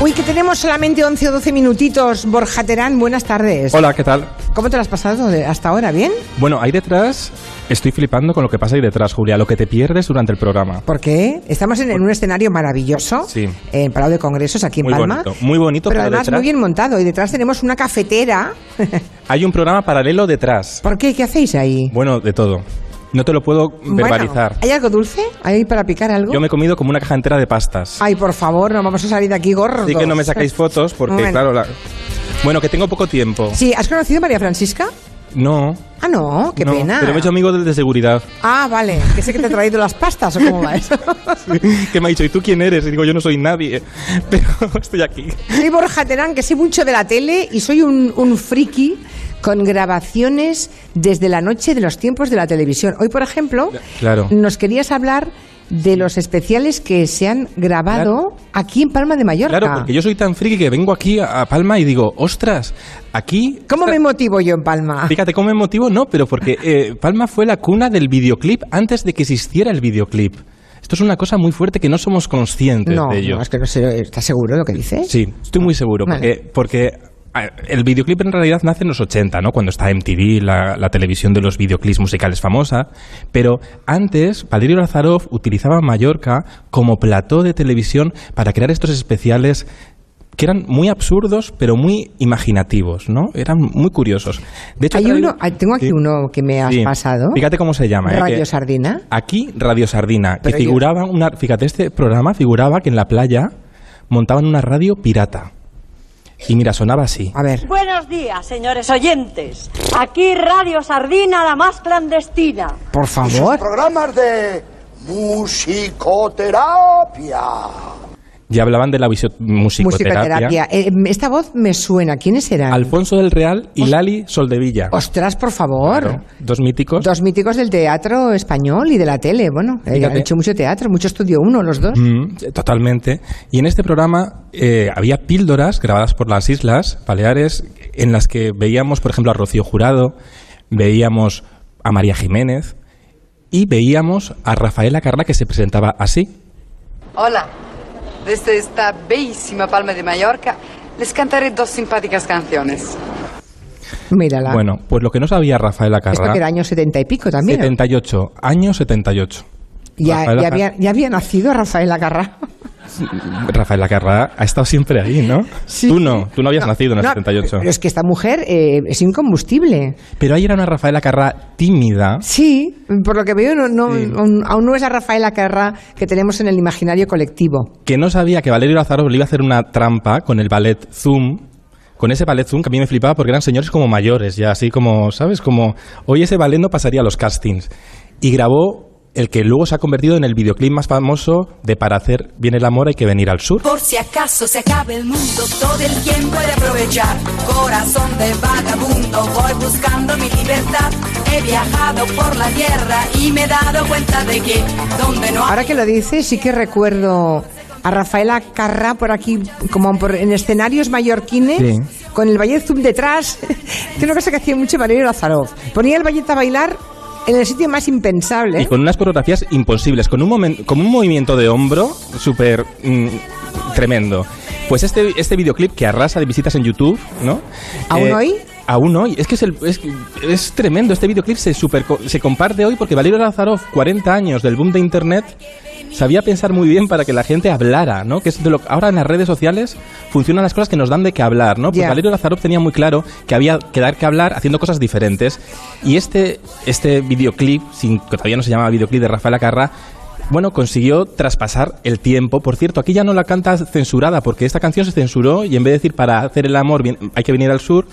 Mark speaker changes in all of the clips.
Speaker 1: Uy, que tenemos solamente 11 o 12 minutitos. Borja Terán, buenas tardes.
Speaker 2: Hola, ¿qué tal?
Speaker 1: ¿Cómo te lo has pasado de- hasta ahora? ¿Bien?
Speaker 2: Bueno, ahí detrás estoy flipando con lo que pasa ahí detrás, Julia, lo que te pierdes durante el programa.
Speaker 1: ¿Por qué? Estamos en, en un escenario maravilloso,
Speaker 2: Sí.
Speaker 1: en Palau de Congresos, aquí en
Speaker 2: Muy
Speaker 1: Palma.
Speaker 2: bonito, muy bonito,
Speaker 1: Pero
Speaker 2: pero
Speaker 1: además
Speaker 2: detrás-
Speaker 1: muy bien montado. Y detrás tenemos una cafetera.
Speaker 2: Hay un programa paralelo detrás.
Speaker 1: ¿Por qué? ¿Qué hacéis ahí?
Speaker 2: Bueno, de todo. No te lo puedo
Speaker 1: Bueno,
Speaker 2: verbalizar.
Speaker 1: ¿Hay algo dulce? ¿Hay para picar algo? Ah,
Speaker 2: Yo me he comido como una caja entera de pastas.
Speaker 1: Ay, por favor, no vamos a salir de aquí gordos.
Speaker 2: Así que no me sacáis fotos porque,
Speaker 1: Bueno.
Speaker 2: claro, la- bueno, que tengo poco tiempo.
Speaker 1: Sí, ¿has conocido a María Francisca?
Speaker 2: No.
Speaker 1: Ah, no, qué
Speaker 2: no,
Speaker 1: pena.
Speaker 2: Pero me he hecho amigo del de seguridad,
Speaker 1: Ah, vale, que sé que te ha traído las pastas o cómo va eso.
Speaker 2: que me ha dicho, ¿y tú quién eres? Y digo, yo no soy nadie, pero estoy aquí.
Speaker 1: Soy Borja Terán, que sé mucho de la tele y soy un, un friki con grabaciones desde la noche de los tiempos de la televisión. Hoy, por ejemplo,
Speaker 2: Claro.
Speaker 1: nos querías hablar de los especiales que se han grabado
Speaker 2: Claro.
Speaker 1: aquí en Palma de Mallorca.
Speaker 2: Claro, porque yo soy tan friki que vengo aquí a a Palma y digo, ostras, aquí...
Speaker 1: ¿Cómo me motivo yo en Palma?
Speaker 2: Fíjate, como motivo no, pero porque eh, Palma fue la cuna del videoclip antes de que existiera el videoclip. Esto es una cosa muy fuerte que no somos conscientes
Speaker 1: No,
Speaker 2: de ello.
Speaker 1: no, es que no sé, ¿estás seguro de lo que dices?
Speaker 2: Sí, estoy muy seguro, porque, porque a- el videoclip en realidad nace en los 80, ¿no? Cuando está MTV, la, la televisión de los videoclips musicales famosa, pero antes Valerio Lazaroff utilizaba Mallorca como plató de televisión para crear estos especiales que eran muy absurdos, pero muy imaginativos, ¿no? Eran muy curiosos. De hecho,
Speaker 1: Hay
Speaker 2: traigo-
Speaker 1: uno, ah, tengo aquí
Speaker 2: Sí.
Speaker 1: uno que me has
Speaker 2: Sí.
Speaker 1: pasado.
Speaker 2: Fíjate cómo se llama. ¿eh?
Speaker 1: Radio
Speaker 2: Que-
Speaker 1: Sardina.
Speaker 2: Aquí, Radio Sardina, que
Speaker 1: Pero yo-
Speaker 2: figuraba una... Fíjate, este programa figuraba que en la playa montaban una radio pirata. Y mira, sonaba así.
Speaker 1: A ver.
Speaker 3: Buenos días, señores oyentes. Aquí Radio Sardina, la más clandestina.
Speaker 1: Por
Speaker 4: Sus
Speaker 1: favor.
Speaker 4: programas de musicoterapia.
Speaker 2: Ya hablaban de la visio- musicoterapia.
Speaker 1: Musicoterapia. Eh, esta voz me suena. ¿Quiénes eran?
Speaker 2: Alfonso del Real y Lali Soldevilla.
Speaker 1: Ostras, por favor.
Speaker 2: Claro, Dos míticos.
Speaker 1: Dos míticos del teatro español y de la tele. Bueno, eh,
Speaker 2: Fíjate.
Speaker 1: han hecho mucho teatro, mucho estudio uno, los dos.
Speaker 2: Mm, totalmente. Y en este programa eh, había píldoras grabadas por las Islas Baleares en las que veíamos, por ejemplo, a Rocío Jurado, veíamos a María Jiménez y veíamos a Rafaela Carla que se presentaba así.
Speaker 5: Hola, desde esta bellísima Palma de Mallorca les cantaré dos simpáticas canciones.
Speaker 1: Mírala.
Speaker 2: Bueno, pues lo que no sabía Rafaela
Speaker 1: Esto que era
Speaker 2: Carla,
Speaker 1: año setenta y pico también.
Speaker 2: 78, año 78.
Speaker 1: Ya,
Speaker 2: Rafaela
Speaker 1: ya
Speaker 2: Carrà.
Speaker 1: había, ya había nacido Rafael Agarra.
Speaker 2: Rafaela Carla ha estado siempre ahí, ¿no?
Speaker 1: Sí.
Speaker 2: Tú no, tú no habías nacido en el
Speaker 1: No,
Speaker 2: 78.
Speaker 1: Pero es que esta mujer eh, es incombustible.
Speaker 2: Pero ahí era una Rafaela Carla tímida.
Speaker 1: Sí, por lo que veo, no, no-
Speaker 2: Sí.
Speaker 1: aún aún no es la Rafaela Carrà que tenemos en el imaginario colectivo.
Speaker 2: que no sabía que Valerio Lazaro le iba a hacer una trampa con el ballet Zoom. Con ese ballet Zoom que a mí me flipaba porque eran señores como mayores, ya así como, ¿sabes? Como hoy ese ballet no pasaría a los castings. Y grabó el que luego se ha convertido en el videoclip más famoso de Para hacer bien el amor hay que venir al sur.
Speaker 6: Por si acaso se acaba el mundo, todo el tiempo he de aprovechar. Corazón de vagabundo, voy buscando mi libertad. He viajado por la tierra y me he dado cuenta de que donde no hay...
Speaker 1: Ahora que lo dices, sí que recuerdo a Rafaela Carrà por aquí, como por- en escenarios mallorquines,
Speaker 2: Sí.
Speaker 1: con el ballet zoom detrás. que una cosa que hacía mucho Valerio Lazaroff. Ponía el ballet a bailar en el sitio más impensable.
Speaker 2: Y con unas coreografías imposibles, con un, momen- con un movimiento de hombro súper mm, tremendo. Pues este, este videoclip que arrasa de visitas en YouTube, ¿no? Eh,
Speaker 1: ¿Aún hoy?
Speaker 2: Aún hoy. Es que es, el- es, es tremendo. Este videoclip se, super, se comparte hoy porque Valerio Lazaroff, 40 años del boom de Internet, sabía pensar muy bien para que la gente hablara, ¿no? Que es de lo, ahora en las redes sociales funcionan las cosas que nos dan de qué hablar, ¿no? Pues
Speaker 1: Ya.
Speaker 2: Valerio Lazaroff tenía muy claro que había que dar que hablar haciendo cosas diferentes. Y este, este videoclip, sin, que todavía no se llamaba videoclip de Rafael Acarra, bueno, consiguió traspasar el tiempo. Por cierto, aquí ya no la canta censurada, porque esta canción se censuró y en vez de decir para hacer el amor bien- hay que venir al sur,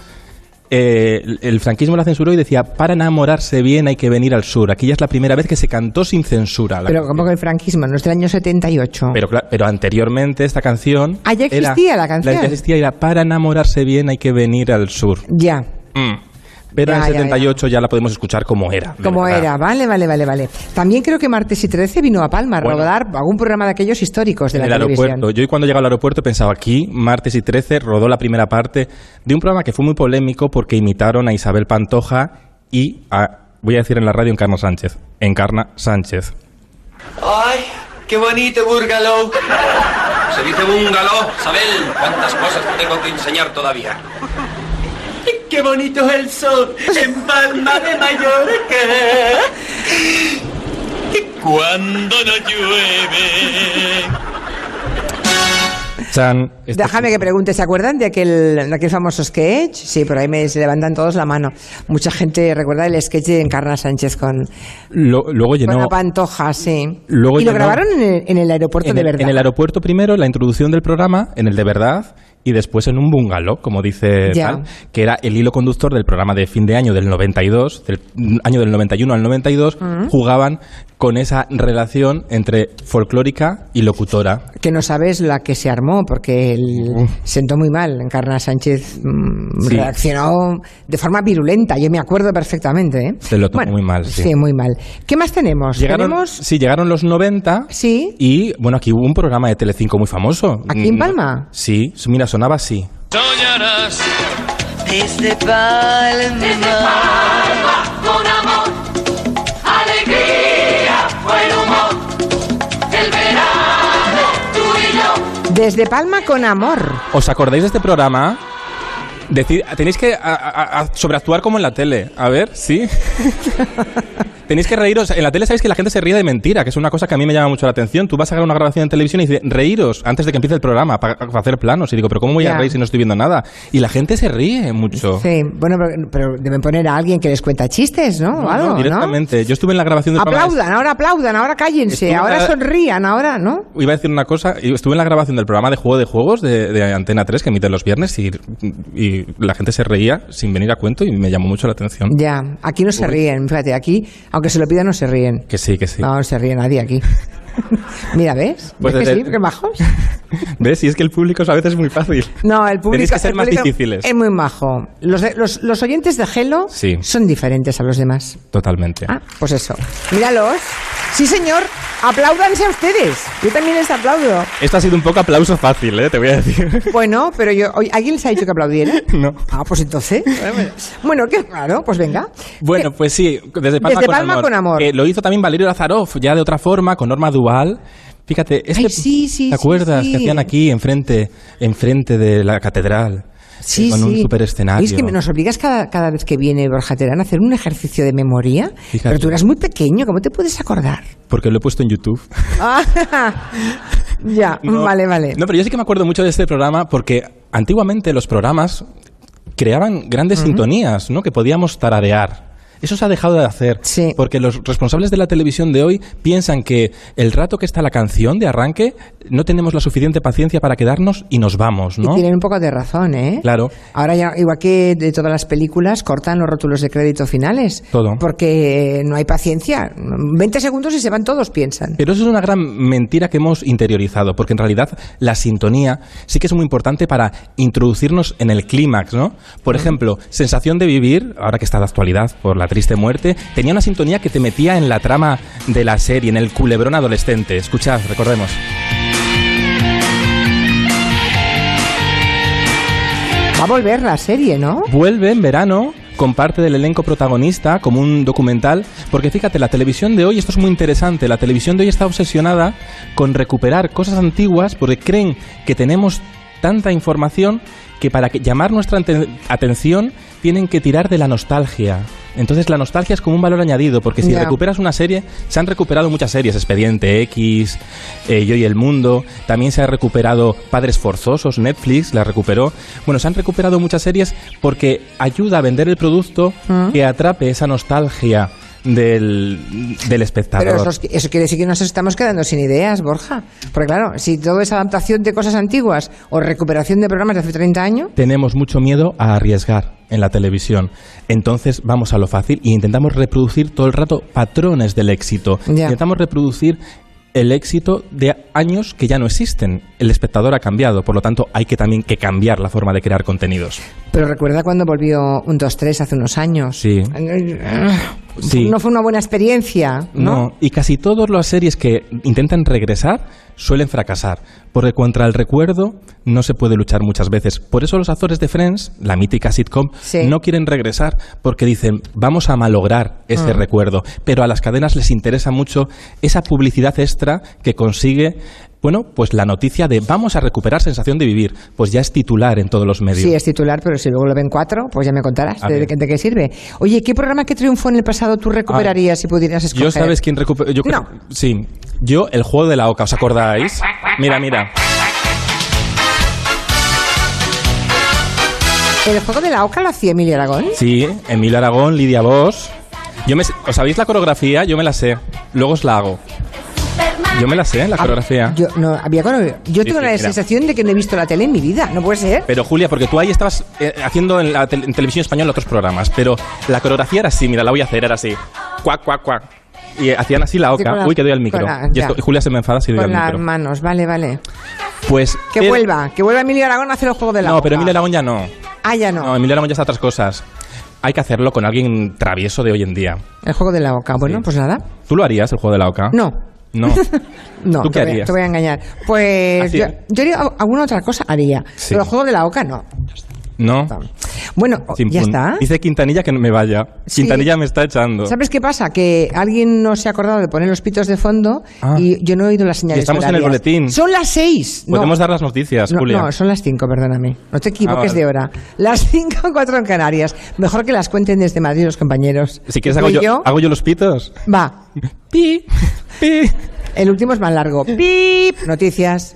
Speaker 2: eh, el- el franquismo la censuró y decía para enamorarse bien hay que venir al sur. Aquí ya es la primera vez que se cantó sin censura. la
Speaker 1: Pero
Speaker 2: canción.
Speaker 1: como que el franquismo, no es del año 78.
Speaker 2: Pero, cla- pero anteriormente esta canción...
Speaker 1: Ah, ya
Speaker 2: era-
Speaker 1: existía la canción.
Speaker 2: Ya existía, era para enamorarse bien hay que venir al sur.
Speaker 1: ya.
Speaker 2: Mm. Pero
Speaker 1: Ya,
Speaker 2: en el
Speaker 1: ya,
Speaker 2: 78 ya, la podemos escuchar como era. de
Speaker 1: Como
Speaker 2: verdad.
Speaker 1: era, vale, vale, vale, vale. También creo que martes y 13 vino a Palma a
Speaker 2: Bueno.
Speaker 1: rodar algún programa de aquellos históricos de
Speaker 2: En
Speaker 1: la
Speaker 2: el
Speaker 1: televisión.
Speaker 2: aeropuerto. Yo cuando llegaba al aeropuerto pensaba aquí, martes y 13, rodó la primera parte de un programa que fue muy polémico porque imitaron a Isabel Pantoja y a, voy a decir en la radio, Encarna Sánchez. Encarna Sánchez.
Speaker 7: Ay, qué bonito Burgalov. Se dice bungalow, Sabel. ¿Cuántas cosas te tengo que enseñar todavía?
Speaker 8: ¡Qué bonito es el sol en Palma de Mallorca! Cuando no llueve.
Speaker 2: Chan, esto
Speaker 1: Déjame
Speaker 2: es-
Speaker 1: que pregunte, ¿se acuerdan de aquel, de aquel famoso sketch? Sí, por ahí me se levantan todos la mano. Mucha gente recuerda el sketch de Encarna Sánchez con,
Speaker 2: Lo- luego
Speaker 1: con
Speaker 2: llenó.
Speaker 1: la pantoja, sí.
Speaker 2: Luego
Speaker 1: y lo
Speaker 2: llenó-
Speaker 1: grabaron en el, en el aeropuerto
Speaker 2: en
Speaker 1: de
Speaker 2: el,
Speaker 1: verdad.
Speaker 2: en el aeropuerto primero, la introducción del programa, en el de verdad, y después en un bungalow, como dice
Speaker 1: Ya.
Speaker 2: tal, que era el hilo conductor del programa de fin de año del 92, del mm, año del 91 al 92,
Speaker 1: Mm.
Speaker 2: jugaban con esa relación entre folclórica y locutora.
Speaker 1: que no sabes la que se armó, porque él sentó muy mal. Encarna Sánchez mm,
Speaker 2: Sí.
Speaker 1: reaccionó de forma virulenta, yo me acuerdo perfectamente. ¿eh?
Speaker 2: Se lo tomó muy mal, sí.
Speaker 1: muy mal. ¿Qué más tenemos?
Speaker 2: Llegaron,
Speaker 1: tenemos
Speaker 2: sí, llegaron los 90
Speaker 1: Sí.
Speaker 2: y, bueno, aquí hubo un programa de Telecinco muy famoso.
Speaker 1: ¿Aquí en
Speaker 2: Mm,
Speaker 1: Palma?
Speaker 2: Sí, mira, sonaba así.
Speaker 8: Soñarás
Speaker 5: Desde Palma.
Speaker 1: Desde Palma con amor.
Speaker 2: ¿Os acordáis de este programa? Decid- tenéis que a- a- a- sobreactuar como en la tele. A ver, sí. tenéis que reíros. En la tele sabéis que la gente se ríe de mentira, que es una cosa que a mí me llama mucho la atención. Tú vas a hacer una grabación en televisión y dices, reíros antes de que empiece el programa para, para hacer planos. Y digo, pero ¿cómo voy
Speaker 1: Ya.
Speaker 2: a reír si no estoy viendo nada? Y la gente se ríe mucho.
Speaker 1: Sí, bueno, pero, pero deben poner a alguien que les cuenta chistes, ¿no? O
Speaker 2: No, no,
Speaker 1: algo, ¿no?
Speaker 2: directamente. Yo estuve en la grabación del programa.
Speaker 1: Aplaudan, ahora aplaudan, ahora cállense,
Speaker 2: Estuve
Speaker 1: ahora
Speaker 2: la-
Speaker 1: sonrían, ahora, ¿no?
Speaker 2: Iba a decir una cosa, y estuve en la grabación del programa de Juego de Juegos de, de Antena 3 que emiten los viernes y, y la gente se reía sin venir a cuento y me llamó mucho la atención.
Speaker 1: Ya, aquí no se ríen, fíjate, aquí, aunque se lo pidan, no se ríen.
Speaker 2: Que sí, que sí.
Speaker 1: No, no se ríe nadie aquí. Mira, ¿ves?
Speaker 2: Pues
Speaker 1: ¿Ves que
Speaker 2: desde-
Speaker 1: sí? ¿Qué bajos?
Speaker 2: ¿Ves? Y es que el público a veces es muy fácil.
Speaker 1: No, el público...
Speaker 2: Tenéis que ser
Speaker 1: el
Speaker 2: más
Speaker 1: público
Speaker 2: difíciles.
Speaker 1: Es muy majo. Los, de- los, los oyentes de Gelo
Speaker 2: Sí.
Speaker 1: son diferentes a los demás.
Speaker 2: Totalmente.
Speaker 1: Ah, pues eso. Míralos. Sí, señor. Aplaudanse a ustedes. Yo también les aplaudo.
Speaker 2: Esto ha sido un poco aplauso fácil, ¿eh? Te voy a decir.
Speaker 1: Bueno, pero yo... oye, ¿Alguien les ha dicho que aplaudiera?
Speaker 2: No.
Speaker 1: Ah, pues entonces... Bueno, qué raro. Pues venga.
Speaker 2: Bueno,
Speaker 1: Eh,
Speaker 2: pues sí, desde Palma,
Speaker 1: Desde
Speaker 2: con,
Speaker 1: Palma
Speaker 2: amor.
Speaker 1: con amor.
Speaker 2: Eh, lo hizo también Valerio Lazaroff, ya de otra forma, con Norma Dual. Fíjate, este,
Speaker 1: Ay, sí, sí,
Speaker 2: ¿te
Speaker 1: sí,
Speaker 2: acuerdas
Speaker 1: sí.
Speaker 2: que hacían aquí, enfrente, enfrente de la catedral?
Speaker 1: Sí,
Speaker 2: Eh, con
Speaker 1: sí.
Speaker 2: un super escenario.
Speaker 1: Oye, Es que nos obligas cada, cada vez que viene Borja Terán a hacer un ejercicio de memoria.
Speaker 2: Fíjate.
Speaker 1: Pero tú eras muy pequeño, ¿cómo te puedes acordar?
Speaker 2: Porque lo he puesto en YouTube.
Speaker 1: Ah, ya,
Speaker 2: No.
Speaker 1: vale, vale.
Speaker 2: No, pero yo sí que me acuerdo mucho de este programa porque antiguamente los programas creaban grandes sintonías, ¿no? Que podíamos tararear. Eso se ha dejado de hacer.
Speaker 1: Sí.
Speaker 2: Porque los responsables de la televisión de hoy piensan que el rato que está la canción de arranque no tenemos la suficiente paciencia para quedarnos y nos vamos,
Speaker 1: Y
Speaker 2: ¿no?
Speaker 1: tienen un poco de razón, ¿eh?
Speaker 2: Claro.
Speaker 1: Ahora ya, igual que de todas las películas, cortan los rótulos de crédito finales.
Speaker 2: Todo.
Speaker 1: Porque no hay paciencia. 20 segundos y se van todos, piensan.
Speaker 2: Pero eso es una gran mentira que hemos interiorizado, porque en realidad la sintonía sí que es muy importante para introducirnos en el clímax, ¿no? Por ejemplo, Sensación de Vivir, ahora que está de actualidad por la triste muerte, tenía una sintonía que te metía en la trama de la serie, en el culebrón adolescente. Escuchad, recordemos.
Speaker 1: Va a volver la serie, ¿no?
Speaker 2: Vuelve en verano con parte del elenco protagonista como un documental, porque fíjate, la televisión de hoy, esto es muy interesante, la televisión de hoy está obsesionada con recuperar cosas antiguas porque creen que tenemos tanta información que para que- llamar nuestra ante- atención tienen que tirar de la nostalgia. Entonces la nostalgia es como un valor añadido, porque si
Speaker 1: Ya.
Speaker 2: recuperas una serie, se han recuperado muchas series, Expediente X, eh, Yo y el Mundo, también se ha recuperado Padres Forzosos, Netflix la recuperó. Bueno, se han recuperado muchas series porque ayuda a vender el producto que atrape esa nostalgia del, del espectador.
Speaker 1: Pero eso, es- eso quiere decir que nos estamos quedando sin ideas, Borja. Porque claro, si todo es adaptación de cosas antiguas o recuperación de programas de hace 30 años,
Speaker 2: tenemos mucho miedo a arriesgar en la televisión. Entonces vamos a lo fácil y intentamos reproducir todo el rato patrones del éxito.
Speaker 1: Ya.
Speaker 2: Intentamos reproducir el éxito de años que ya no existen. El espectador ha cambiado, por lo tanto hay que también que cambiar la forma de crear contenidos.
Speaker 1: Pero recuerda cuando volvió un 2-3 hace unos años. Ah,
Speaker 2: Sí. Sí.
Speaker 1: No fue una buena experiencia,
Speaker 2: ¿no?
Speaker 1: ¿no?
Speaker 2: y casi todas las series que intentan regresar suelen fracasar, porque contra el recuerdo no se puede luchar muchas veces. Por eso los actores de Friends, la mítica sitcom,
Speaker 1: Sí.
Speaker 2: no quieren regresar porque dicen, vamos a malograr este ese
Speaker 1: Mm.
Speaker 2: recuerdo, pero a las cadenas les interesa mucho esa publicidad extra que consigue Bueno, pues la noticia de vamos a recuperar sensación de vivir, pues ya es titular en todos los medios.
Speaker 1: Sí, es titular, pero si luego lo ven cuatro, pues ya me contarás
Speaker 2: A
Speaker 1: de,
Speaker 2: ver.
Speaker 1: de qué sirve. Oye, ¿qué programa que triunfó en el pasado tú recuperarías si pudieras escoger?
Speaker 2: Ah, Yo sabes quién recupera. Yo creo-
Speaker 1: No.
Speaker 2: Sí. Yo, el juego de la oca, ¿os acordáis? Mira, mira.
Speaker 1: ¿El juego de la oca lo hacía Emilio Aragón?
Speaker 2: Sí, Emilio Aragón, Lidia Vos. Yo me, ¿Os sabéis la coreografía? Yo me la sé. Luego os la hago. Yo me la sé, la coreografía.
Speaker 1: Ah, Yo, no, había cono- yo
Speaker 2: Sí,
Speaker 1: tengo
Speaker 2: sí,
Speaker 1: la
Speaker 2: mira.
Speaker 1: sensación de que no he visto la tele en mi vida, no puede ser.
Speaker 2: Pero Julia, porque tú ahí estabas eh, haciendo en, la tel- en televisión española otros programas, pero la coreografía era así, mira, la voy a hacer, era así. Cuac, cuac, cuac. Y eh, hacían así la
Speaker 1: Sí,
Speaker 2: oca.
Speaker 1: con la-
Speaker 2: Uy, que doy al
Speaker 1: con
Speaker 2: micro.
Speaker 1: la-
Speaker 2: y esto-
Speaker 1: ya.
Speaker 2: Julia se me enfada si doy al
Speaker 1: Con las
Speaker 2: micro.
Speaker 1: manos, vale, vale.
Speaker 2: Pues.
Speaker 1: Que
Speaker 2: el-
Speaker 1: vuelva, que vuelva Emilio Aragón a hacer el juego de la
Speaker 2: No,
Speaker 1: oca.
Speaker 2: pero Emilio Aragón ya no.
Speaker 1: Ah, ya
Speaker 2: No,
Speaker 1: no.
Speaker 2: Emilio Aragón ya está a otras cosas. Hay que hacerlo con alguien travieso de hoy en día.
Speaker 1: El juego de la oca. Bueno,
Speaker 2: Sí.
Speaker 1: pues nada.
Speaker 2: ¿Tú lo harías, el juego de la oca?
Speaker 1: No.
Speaker 2: No.
Speaker 1: No,
Speaker 2: ¿Tú
Speaker 1: te,
Speaker 2: qué
Speaker 1: voy, a-
Speaker 2: harías?
Speaker 1: te voy a engañar. Pues
Speaker 2: Así
Speaker 1: yo,
Speaker 2: es.
Speaker 1: yo haría alguna otra cosa, haría.
Speaker 2: Sí.
Speaker 1: Pero el juego de la oca no.
Speaker 2: No.
Speaker 1: Bueno,
Speaker 2: Sin
Speaker 1: Oh, ya
Speaker 2: pun-
Speaker 1: está.
Speaker 2: pues, Dice Quintanilla que me vaya.
Speaker 1: Sí.
Speaker 2: Quintanilla me está echando.
Speaker 1: ¿Sabes qué pasa? Que alguien no se ha acordado de poner los pitos de fondo
Speaker 2: Ah.
Speaker 1: y yo no he oído las señales.
Speaker 2: Y estamos en el
Speaker 1: horarias.
Speaker 2: boletín. Pues
Speaker 1: Son las seis. No.
Speaker 2: Podemos dar las noticias,
Speaker 1: No,
Speaker 2: Julia.
Speaker 1: no, son las 5, perdóname. No te equivoques
Speaker 2: Ah, vale.
Speaker 1: de hora. Las 5, 4 en Canarias. Mejor que las cuenten desde Madrid los compañeros.
Speaker 2: Si quieres, hago
Speaker 1: Y
Speaker 2: yo, hago yo los pitos.
Speaker 1: Va.
Speaker 2: Pi, pi.
Speaker 1: El último es más largo. Pip. Noticias.